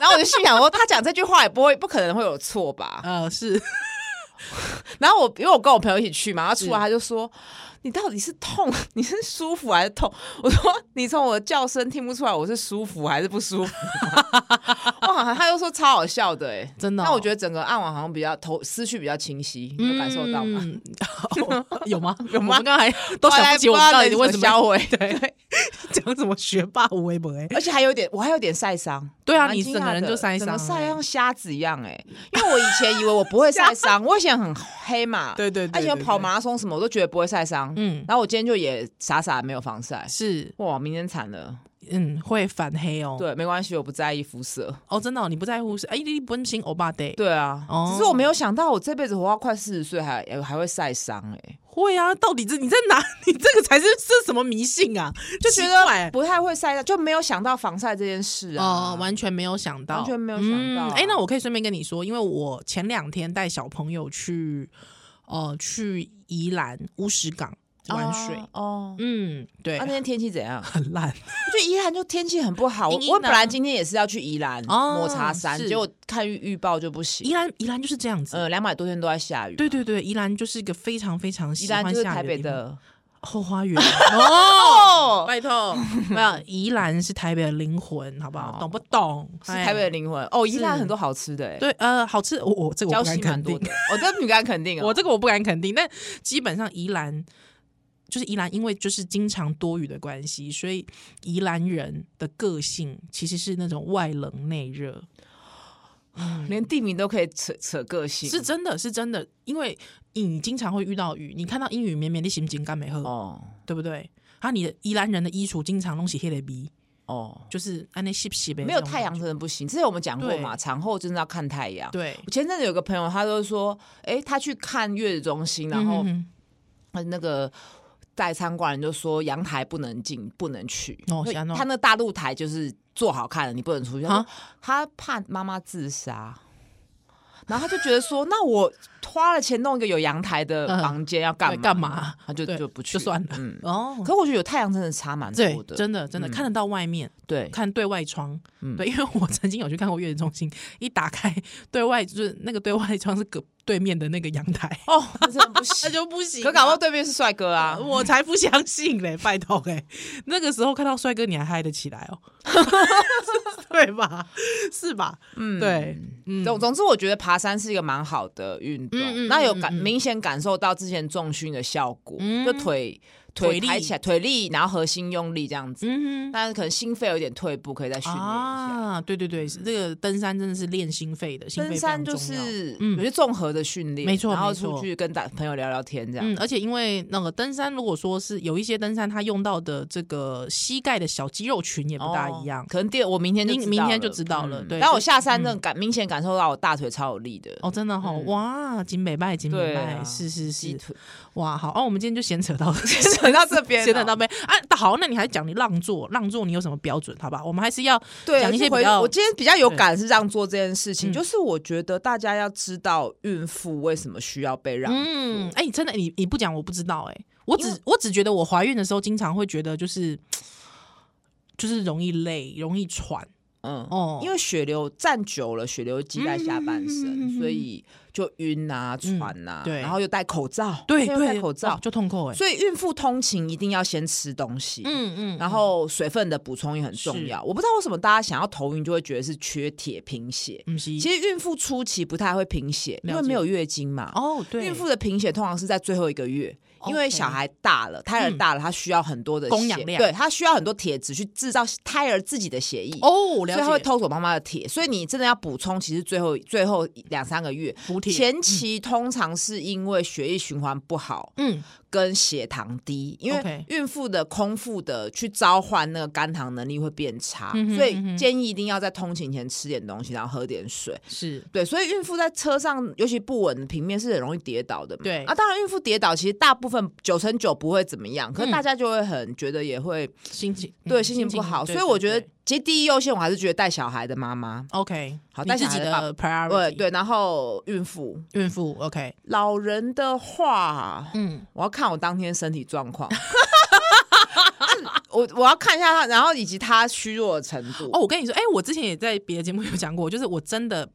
Speaker 2: 然后我就心想说，他讲这句话也不会，不可能会有错吧？
Speaker 1: 呃是，
Speaker 2: 然后我因为我跟我朋友一起去嘛，他
Speaker 1: 是
Speaker 2: 出来他就说：“你到底是痛，你是舒服还是痛？”我说：“你从我的叫声听不出来我是舒服还是不舒服吗。” 哇，他又说超好笑的哎、
Speaker 1: 真的哦、
Speaker 2: 那我觉得整个暗网好像比较头思绪比较清晰，你有感受到吗？
Speaker 1: 嗯？哦 有吗？
Speaker 2: 有吗
Speaker 1: 我们刚才都想不起我们
Speaker 2: 后来知道
Speaker 1: 到底为什
Speaker 2: 你怎么销
Speaker 1: 么
Speaker 2: 毁
Speaker 1: 对 讲什么学霸无微不哎，
Speaker 2: 而且还有点，我还有点晒伤。
Speaker 1: 对啊
Speaker 2: 蛮
Speaker 1: 你
Speaker 2: 惊
Speaker 1: 整个
Speaker 2: 讶
Speaker 1: 人
Speaker 2: 的
Speaker 1: 就晒
Speaker 2: 整个
Speaker 1: 伤
Speaker 2: 晒
Speaker 1: 欸
Speaker 2: 像瞎子一样哎、因为我以前以为我 不会晒伤，我以前很黑嘛，
Speaker 1: 对对对
Speaker 2: 而且
Speaker 1: 对
Speaker 2: 跑
Speaker 1: 对
Speaker 2: 马拉松什么我都觉得不会晒伤，
Speaker 1: 嗯，
Speaker 2: 然后我今天就也傻傻地没有防晒，
Speaker 1: 是
Speaker 2: 哇，明天惨了。
Speaker 1: 嗯会反黑哦，
Speaker 2: 对，没关系，我不在意肤色。
Speaker 1: 哦真的哦、你不在乎是哎你不行欧巴 day，
Speaker 2: 对啊，
Speaker 1: 哦
Speaker 2: 只是我没有想到我这辈子活到快四十岁还还还会晒伤哎，
Speaker 1: 会啊，到底这你在哪？ 你这个才是这什么迷信啊？就
Speaker 2: 就觉
Speaker 1: 奇
Speaker 2: 得
Speaker 1: 怪
Speaker 2: 不太会晒伤，就没有想到防晒这件事啊。
Speaker 1: 哦，完全没有想到，
Speaker 2: 完全没有想到啊
Speaker 1: 哎、那我可以顺便跟你说，因为我前两天带小朋友去，呃，去宜兰乌石港玩水。
Speaker 2: 啊哦。
Speaker 1: 嗯，对，
Speaker 2: 啊，那天天气怎样？
Speaker 1: 很烂。
Speaker 2: 就宜兰就天气很不好。我
Speaker 1: 阴阴的啊
Speaker 2: 我本来今天也是要去宜兰
Speaker 1: 哦
Speaker 2: 抹茶山，
Speaker 1: 是
Speaker 2: 结果看预预报就不行。
Speaker 1: 宜兰，宜兰就是这样子。
Speaker 2: 呃，两百多天都在下雨。
Speaker 1: 对对对，宜兰就是一个非常非常
Speaker 2: 宜
Speaker 1: 喜
Speaker 2: 兰
Speaker 1: 欢
Speaker 2: 就是
Speaker 1: 下
Speaker 2: 台
Speaker 1: 雨
Speaker 2: 北
Speaker 1: 地方
Speaker 2: 的
Speaker 1: 后花 园。
Speaker 2: 哦，
Speaker 1: 拜托， 没有宜兰是台北的灵魂，好不好？
Speaker 2: 哦
Speaker 1: 懂不懂？
Speaker 2: 是
Speaker 1: 哎
Speaker 2: 台北的灵魂哦。宜兰
Speaker 1: 是
Speaker 2: 很多好吃的，哎，
Speaker 1: 对，呃，好吃，我我这个我
Speaker 2: 礁
Speaker 1: 不敢
Speaker 2: 溪蛮
Speaker 1: 肯
Speaker 2: 多
Speaker 1: 定
Speaker 2: 的，，我真的不敢肯定哦。
Speaker 1: 我这个我不敢肯定，但基本上宜兰就是宜兰，因为就是经常多雨的关系，所以宜兰人的个性其实是那种外冷内热，
Speaker 2: 连地名都可以扯扯个性，
Speaker 1: 是真的是真的，因为你经常会遇到雨，你看到阴雨绵绵的心情干没喝，
Speaker 2: 哦
Speaker 1: 对不对？啊，你的宜兰人的衣橱经常弄起黑的鼻，
Speaker 2: 哦，
Speaker 1: 就是安那洗洗呗，
Speaker 2: 没有太阳真的不行。之前我们讲过嘛，
Speaker 1: 对
Speaker 2: 产后真的要看太阳。
Speaker 1: 对，
Speaker 2: 我前阵子有个朋友，他就说，哎、他去看月子中心，然后
Speaker 1: 嗯
Speaker 2: 呃那个在参观人就说阳台不能进，不能去。
Speaker 1: 哦
Speaker 2: 因为
Speaker 1: 是安怎
Speaker 2: 他那大露台就是做好看的，你不能出去。他说他怕妈妈自杀。然后他就觉得说，那我花了钱弄一个有阳台的
Speaker 1: 嗯
Speaker 2: 房间要干
Speaker 1: 对
Speaker 2: 嘛？
Speaker 1: 干？嘛？
Speaker 2: 他就
Speaker 1: 对
Speaker 2: 就不去，
Speaker 1: 就算了
Speaker 2: 嗯，
Speaker 1: 哦，
Speaker 2: 可我觉得有太阳真的差蛮
Speaker 1: 对
Speaker 2: 多，的，嗯
Speaker 1: 真的真的、看得到外面。
Speaker 2: 对，
Speaker 1: 看对外窗，
Speaker 2: 嗯
Speaker 1: 对，因为我曾经有去看过月子中心，一打开对外就是那个对外窗是隔对面的那个阳台，
Speaker 2: 哦，那真的不
Speaker 1: 那
Speaker 2: 行。
Speaker 1: 就不行啊。
Speaker 2: 可搞不好对面是帅哥 啊
Speaker 1: 啊，！我才不相信嘞，拜托哎，那个时候看到帅哥你还嗨得起 来哦，对吧？是吧？嗯，对，嗯，
Speaker 2: 总总之，我觉得爬山是一个蛮好的运动，
Speaker 1: 嗯嗯
Speaker 2: 那有
Speaker 1: 嗯
Speaker 2: 感
Speaker 1: 嗯
Speaker 2: 明显感受到之前重训的效果，
Speaker 1: 嗯
Speaker 2: 就腿
Speaker 1: 腿
Speaker 2: 腿
Speaker 1: 力
Speaker 2: 抬起来，腿力，然后核心用力这样子。
Speaker 1: 嗯
Speaker 2: 但是可能心肺有点退步，可以再训
Speaker 1: 哼，
Speaker 2: 练一下。
Speaker 1: 啊，对对对，这个登山真的是练心肺的，心肺
Speaker 2: 登
Speaker 1: 非常
Speaker 2: 山就
Speaker 1: 重要。
Speaker 2: 是
Speaker 1: 嗯
Speaker 2: 有些综合的训练，
Speaker 1: 没错
Speaker 2: 然后
Speaker 1: 没错
Speaker 2: 出去跟大朋友聊聊天这样。
Speaker 1: 嗯，而且因为那个登山，如果说是有一些登山，它用到的这个膝盖的小肌肉群也不大一样
Speaker 2: 哦，可能第二我明天就
Speaker 1: 明
Speaker 2: 知道
Speaker 1: 明天
Speaker 2: 了
Speaker 1: 就知道了
Speaker 2: 嗯
Speaker 1: 对
Speaker 2: 但我
Speaker 1: 就
Speaker 2: 下山真的感明显感受到我大腿超有力的，
Speaker 1: 哦，真的哈、哦，哇，景美拜，景美
Speaker 2: 嗯对
Speaker 1: 拜，
Speaker 2: 啊
Speaker 1: 是是
Speaker 2: 鸡
Speaker 1: 是，
Speaker 2: 腿。
Speaker 1: 哇，好，哦，我们今天就闲扯 到闲
Speaker 2: 扯到这边哦，
Speaker 1: 扯到呗，啊，好，那你还讲你让座，让座你有什么标准？好吧，我们还是要
Speaker 2: 对，
Speaker 1: 讲一
Speaker 2: 而且
Speaker 1: 些比
Speaker 2: 回
Speaker 1: 较
Speaker 2: 我今天比较有感是让座这件事情，
Speaker 1: 嗯
Speaker 2: 就是我觉得大家要知道孕妇为什么需要被让，
Speaker 1: 嗯，哎、真的，你你不讲我不知道、哎，我
Speaker 2: 因
Speaker 1: 只我只觉得我怀孕的时候经常会觉得就是就是容易累，容易喘
Speaker 2: 嗯，
Speaker 1: 哦，
Speaker 2: 因为血流站久了，血流积在下半身，
Speaker 1: 嗯
Speaker 2: 所以就晕啊、喘啊，
Speaker 1: 嗯对
Speaker 2: 然后又戴口罩，
Speaker 1: 对
Speaker 2: 因为又戴
Speaker 1: 对
Speaker 2: 口
Speaker 1: 哦
Speaker 2: 罩，
Speaker 1: 就痛苦哎、
Speaker 2: 所以孕妇通勤一定要先吃东西，
Speaker 1: 嗯嗯，
Speaker 2: 然后水分的补充也很重
Speaker 1: 是
Speaker 2: 要。我不知道为什么大家想要头晕就会觉得是缺铁贫血，
Speaker 1: 嗯是，
Speaker 2: 其实孕妇初期不太会贫血，因
Speaker 1: 了
Speaker 2: 为
Speaker 1: 解
Speaker 2: 没有月经嘛，
Speaker 1: 哦对，
Speaker 2: 孕妇的贫血通常是在最后一个月，因为
Speaker 1: OK
Speaker 2: 小孩大了，胎儿
Speaker 1: 嗯
Speaker 2: 大了，他需要很多的
Speaker 1: 供养
Speaker 2: 血
Speaker 1: 量
Speaker 2: 对他需要很多铁质去制造胎儿自己的血液。
Speaker 1: 哦，
Speaker 2: 所以他会
Speaker 1: 了解，
Speaker 2: 偷走妈妈的铁，所以你真的要补充。其实最后最后两三个月，
Speaker 1: 补铁
Speaker 2: 前期通常是因为血液循环不好
Speaker 1: 嗯，
Speaker 2: 跟血糖低，因
Speaker 1: OK
Speaker 2: 为孕妇的空腹的去召唤那个肝糖能力会变差
Speaker 1: 嗯哼，
Speaker 2: 所
Speaker 1: 嗯哼
Speaker 2: 以建议一定要在通勤前吃点东西，然后喝点水。
Speaker 1: 是
Speaker 2: 对，所以孕妇在车上，尤其不稳的平面是很容易跌倒的嘛。
Speaker 1: 对
Speaker 2: 啊，当然孕妇跌倒其实大部分九成九不会怎么样，可
Speaker 1: 嗯
Speaker 2: 是大家就会很觉得也会、
Speaker 1: 心情
Speaker 2: 对
Speaker 1: 嗯
Speaker 2: 心情不好，
Speaker 1: 对
Speaker 2: 所以
Speaker 1: 对
Speaker 2: 我觉得
Speaker 1: 对
Speaker 2: 其实第一优先我还是觉得带小孩的妈妈，
Speaker 1: OK，
Speaker 2: 好
Speaker 1: 你
Speaker 2: 带
Speaker 1: 自
Speaker 2: 小
Speaker 1: 己
Speaker 2: 孩的爸
Speaker 1: 的 priority，
Speaker 2: 对对，然后孕妇、
Speaker 1: 孕妇 OK，
Speaker 2: 老人的话，
Speaker 1: 嗯，
Speaker 2: 我要看我当天身体状况。 我我要看一下他，然后以及他虚弱的程度。
Speaker 1: 哦，我跟你说，哎、我之前也在别的节目有讲过，就是我真的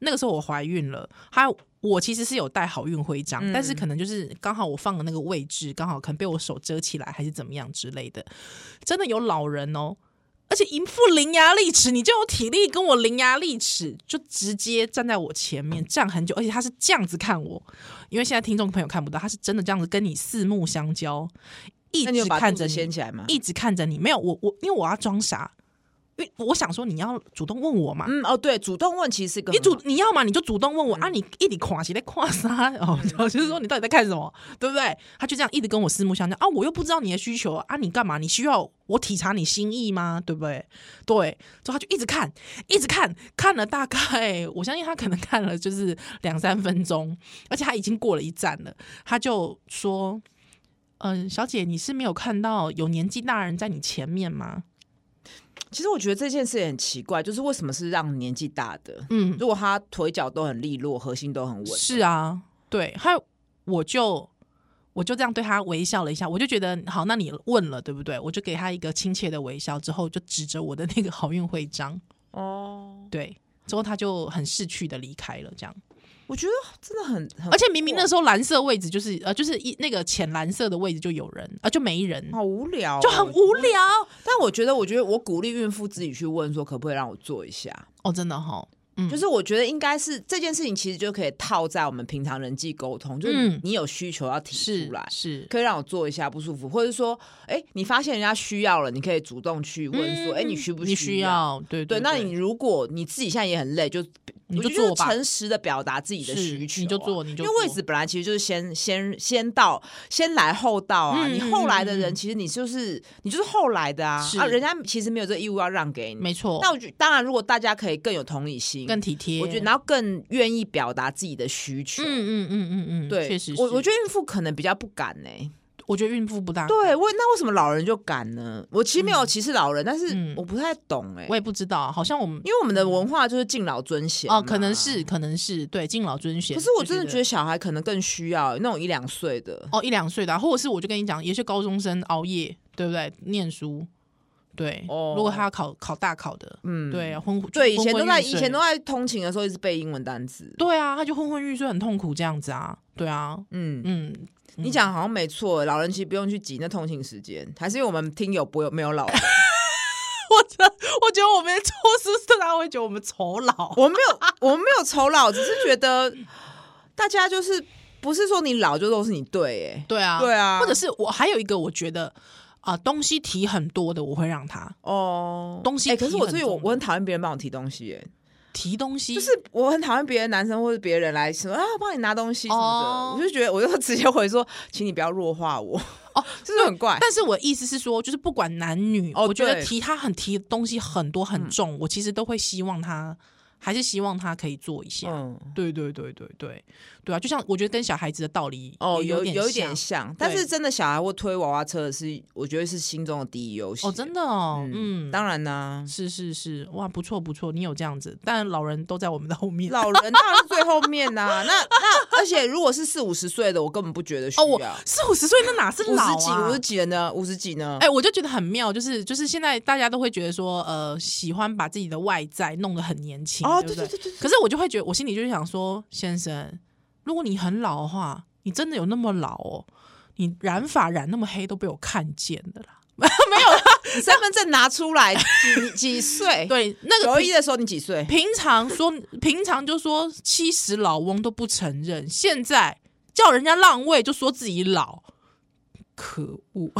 Speaker 1: 那个时候我怀孕了，还有我其实是有带好运徽章，但
Speaker 2: 嗯
Speaker 1: 是可能就是刚好我放的那个位置刚好可能被我手遮起来，还是怎么样之类的，真的有老人哦。而且一副伶牙俐齿，你就有体力跟我伶牙俐齿，就直接站在我前面站很久，而且他是这样子看我，因为现在听众朋友看不到，他是真的这样子跟你四目相交，一
Speaker 2: 那你有
Speaker 1: 直
Speaker 2: 把
Speaker 1: 看
Speaker 2: 肚
Speaker 1: 着
Speaker 2: 子
Speaker 1: 你
Speaker 2: 掀起来吗？
Speaker 1: 一直看着你，没有我我，因为我要装傻，因为我想说你要主动问我嘛，
Speaker 2: 嗯，哦，对，主动问其实是一个
Speaker 1: 你
Speaker 2: 很好
Speaker 1: 主你要嘛你就主动问我、啊，你一直垮起来垮啥哦， 就是说你到底在看什么，对不对？他就这样一直跟我四目相交啊，我又不知道你的需求啊，你干嘛？你需要我体察你心意吗？对不对？对，之后他就一直看，一直看，看了大概 我相信他可能看了就是两三分钟，而且他已经过了一站了，他就说。嗯，小姐，你是没有看到有年纪大人在你前面吗？
Speaker 2: 其实我觉得这件事也很奇怪，就是为什么是让年纪大的，
Speaker 1: 嗯，
Speaker 2: 如果他腿脚都很利落，核心都很稳，
Speaker 1: 是啊，对，还有我就我就这样对他微笑了一下，我就觉得好，那你问了对不对？我就给他一个亲切的微笑，之后就指着我的那个好运徽章，
Speaker 2: 哦，
Speaker 1: 对，之后他就很识趣的离开了，这样。
Speaker 2: 我觉得真的很很，
Speaker 1: 而且明明那时候蓝色位置就是呃，就是一那个浅蓝色的位置就有人啊、呃就没人，
Speaker 2: 好无聊哦、
Speaker 1: 就很无聊
Speaker 2: 但我觉得，我觉得我鼓励孕妇自己去问说，可不可以让我做一下？
Speaker 1: 哦，真的哈、嗯
Speaker 2: 就是我觉得应该是这件事情，其实就可以套在我们平常人际沟通，就
Speaker 1: 嗯
Speaker 2: 是你有需求要提
Speaker 1: 是
Speaker 2: 出来。
Speaker 1: 是，
Speaker 2: 可以让我做一下不舒服，或者说，哎、你发现人家需要了，你可以主动去问说，哎、
Speaker 1: 嗯
Speaker 2: 你需不
Speaker 1: 你需
Speaker 2: 要？
Speaker 1: 要？对对，
Speaker 2: 对，那你如果你自己现在也很累，就
Speaker 1: 你
Speaker 2: 我
Speaker 1: 就
Speaker 2: 觉得
Speaker 1: 做吧
Speaker 2: 诚实的表达自己的
Speaker 1: 是
Speaker 2: 需求啊、
Speaker 1: 你就做你就
Speaker 2: 因为位
Speaker 1: 做
Speaker 2: 置本来其实就是先先先到，先来后到啊。
Speaker 1: 嗯
Speaker 2: 你
Speaker 1: 嗯
Speaker 2: 后来
Speaker 1: 嗯
Speaker 2: 的
Speaker 1: 嗯
Speaker 2: 人，其实你就是你就是后来的啊
Speaker 1: 是
Speaker 2: 啊，人家其实没有这个义务要让给你。
Speaker 1: 没错，
Speaker 2: 那我觉当然，如果大家可以更有同理心，
Speaker 1: 更体贴，
Speaker 2: 我觉得然后更愿意表达自己的需求。
Speaker 1: 嗯嗯嗯嗯嗯，
Speaker 2: 对，
Speaker 1: 确实是，
Speaker 2: 我我觉得孕妇可能比较不敢呢、
Speaker 1: 我觉得孕妇不大，
Speaker 2: 对，为那为什么老人就敢呢？我其实没有歧视老人，但是
Speaker 1: 嗯
Speaker 2: 我不太懂哎、
Speaker 1: 我也不知道，好像我们
Speaker 2: 因为我们的文化就是敬老尊贤
Speaker 1: 哦，
Speaker 2: 嘛
Speaker 1: 可能是可能是对敬老尊贤。
Speaker 2: 可是我真的觉得小孩可能更需要那种一两岁的，
Speaker 1: 哦，一两岁的啊、或者是我就跟你讲，有些高中生熬夜，对不对？念书，对，
Speaker 2: 哦
Speaker 1: 如果他要考考大考的，
Speaker 2: 嗯，
Speaker 1: 对啊，昏
Speaker 2: 对，以前都在以前都
Speaker 1: 在，
Speaker 2: 在通勤的时候一直背英文单词，
Speaker 1: 对啊，他就昏昏欲睡，很痛苦这样子啊，对啊，
Speaker 2: 嗯，
Speaker 1: 嗯，
Speaker 2: 你讲好像没错，老人其实不用去挤那通勤时间，还是因为我们听友不有没有老人，
Speaker 1: 我觉得我觉得我们做是不是大家会觉得我们丑老？
Speaker 2: 我们没 有我们没有仇老，只是觉得大家就是不是说你老就都是你对
Speaker 1: 对啊，
Speaker 2: 哎，对啊，
Speaker 1: 或者是我还有一个，我觉得啊、东西提很多的，我会让他
Speaker 2: 哦
Speaker 1: 东西
Speaker 2: 哎，可是
Speaker 1: 提
Speaker 2: 我
Speaker 1: 很
Speaker 2: 自己我
Speaker 1: 重
Speaker 2: 我很讨厌别人帮我提东西哎。
Speaker 1: 提东西，
Speaker 2: 就是我很讨厌别的男生或者别人来什么啊，帮你拿东西什么的，
Speaker 1: 哦
Speaker 2: 我就觉得我就直接回说，请你不要弱化我，
Speaker 1: 哦，
Speaker 2: 就是很怪。
Speaker 1: 但是我意思是说，就是不管男女，
Speaker 2: 哦
Speaker 1: 我觉得
Speaker 2: 对嗯
Speaker 1: 提他很提东西很多很重，我其实都会希望他，还是希望他可以做一下。
Speaker 2: 嗯，
Speaker 1: 对对对对对对啊！就像我觉得跟小孩子的道理
Speaker 2: 哦，
Speaker 1: 也
Speaker 2: 有
Speaker 1: 点
Speaker 2: 有一
Speaker 1: 像
Speaker 2: 点像，但是真的小孩或推娃娃车的是，我觉得是心中的第一优先。
Speaker 1: 哦，真的哦，嗯，
Speaker 2: 当然啦、
Speaker 1: 是是是，哇，不错不错，你有这样子，但老人都在我们的后面。
Speaker 2: 老人当然是最后面呐、那那而且如果是四五十岁的，我根本不觉得需
Speaker 1: 哦，
Speaker 2: 要。
Speaker 1: 我四五十岁那哪是
Speaker 2: 五
Speaker 1: 老
Speaker 2: 十几，
Speaker 1: 啊？
Speaker 2: 五十几了呢？五十几呢？
Speaker 1: 哎、我就觉得很妙，就是就是现在大家都会觉得说，呃，喜欢把自己的外在弄得很年轻，
Speaker 2: 哦，
Speaker 1: 对不
Speaker 2: 对
Speaker 1: 对
Speaker 2: 对对对，
Speaker 1: 可是我就会觉得，我心里就是想说，先生，如果你很老的话，你真的有那么老哦？你染发染那么黑都被我看见的啦。
Speaker 2: 你身份证拿出来，几几岁？
Speaker 1: 对，那个
Speaker 2: 九
Speaker 1: 平
Speaker 2: 一的时候你几岁？
Speaker 1: 平常说，平常就说七十老翁都不承认，现在叫人家让位就说自己老，可恶！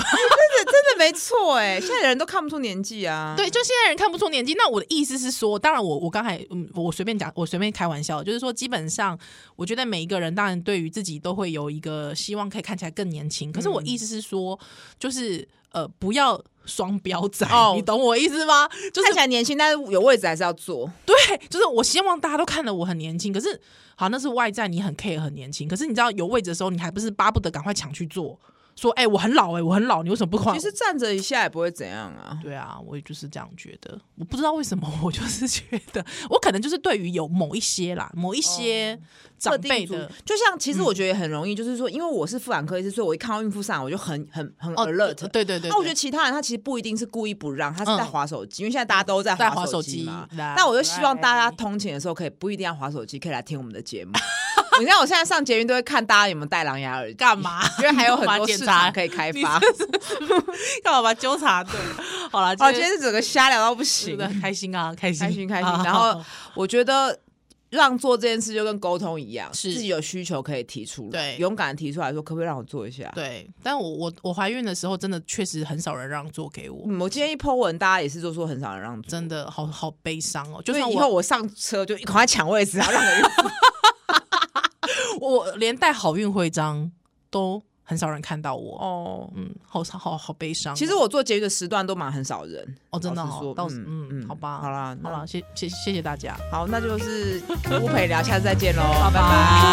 Speaker 2: 真的没错哎、现在人都看不出年纪啊。
Speaker 1: 对，就现在人看不出年纪。那我的意思是说，当然我我刚才嗯，我随便讲，我随便开玩笑，就是说，基本上我觉得每一个人当然对于自己都会有一个希望可以看起来更年轻。可是
Speaker 2: 嗯
Speaker 1: 我意思是说，就是呃，不要双标仔，
Speaker 2: 哦
Speaker 1: 你懂我意思吗？就是
Speaker 2: 看起来年轻，但是有位置还是要坐。
Speaker 1: 对，就是我希望大家都看得我很年轻。可是好，那是外在，你很 care 很年轻。可是你知道有位置的时候，你还不是巴不得赶快抢去做，说哎、我很老哎、我很老，你为什么不夸我
Speaker 2: 其？实站着一下也不会怎样啊。
Speaker 1: 对啊，我就是这样觉得。我不知道为什么，我就是觉得，我可能就是对于有某一些啦，某一些长
Speaker 2: 哦特定
Speaker 1: 辈
Speaker 2: 族
Speaker 1: 的，嗯
Speaker 2: 就像其实我觉得也很容易，就是说，因为我是妇产科医师，所以我一看到孕妇上来，我就很很很 alert。
Speaker 1: 哦对对对。
Speaker 2: 那我觉得其他人他其实不一定是故意不让，他是在
Speaker 1: 嗯
Speaker 2: 划手机，因为现在大家都在
Speaker 1: 在滑手
Speaker 2: 手
Speaker 1: 机
Speaker 2: 嘛。
Speaker 1: 啦
Speaker 2: 那我就希望大家通勤的时候可以不一定要划手机，可以来听我们的节目。 你看我现在上捷运都会看大家有没有戴狼牙耳机，
Speaker 1: 干嘛？
Speaker 2: 因为还有很
Speaker 1: 干嘛
Speaker 2: 多
Speaker 1: 检
Speaker 2: 市
Speaker 1: 查
Speaker 2: 场可以开
Speaker 1: 你
Speaker 2: 发。
Speaker 1: 干嘛把纠察队？好了，
Speaker 2: 哦，今天是整个瞎聊到不
Speaker 1: 真，
Speaker 2: 行
Speaker 1: 的开心啊，开心
Speaker 2: 开心开
Speaker 1: 好
Speaker 2: 心。
Speaker 1: 好
Speaker 2: 然
Speaker 1: 好
Speaker 2: 后我觉得让做这件事就跟沟通一样，
Speaker 1: 是
Speaker 2: 自己有需求可以提出来，
Speaker 1: 对
Speaker 2: 勇敢地提出来说，可不可以让我做一下？
Speaker 1: 对，但我我我怀孕的时候，真的确实很少人让座给我，
Speaker 2: 嗯，我今天一 po 文，大家也是就说很少人让座，
Speaker 1: 真的好好悲伤哦。就
Speaker 2: 所
Speaker 1: 算
Speaker 2: 以以
Speaker 1: 我
Speaker 2: 后我上车就赶快抢位置，啊 然后让给孕妇
Speaker 1: 我连带好运徽章都很少人看到我，
Speaker 2: 哦。
Speaker 1: 嗯，好好好悲伤哦。
Speaker 2: 其实我做节育的时段都蛮很少人，
Speaker 1: 哦，真的
Speaker 2: 老实
Speaker 1: 哦
Speaker 2: 说，
Speaker 1: 倒是
Speaker 2: 嗯
Speaker 1: 嗯，
Speaker 2: 嗯
Speaker 1: 好吧，
Speaker 2: 好啦
Speaker 1: 好
Speaker 2: 那
Speaker 1: 啦，谢谢谢谢大家，
Speaker 2: 好，那就是不陪聊，下次再见喽，拜
Speaker 1: 拜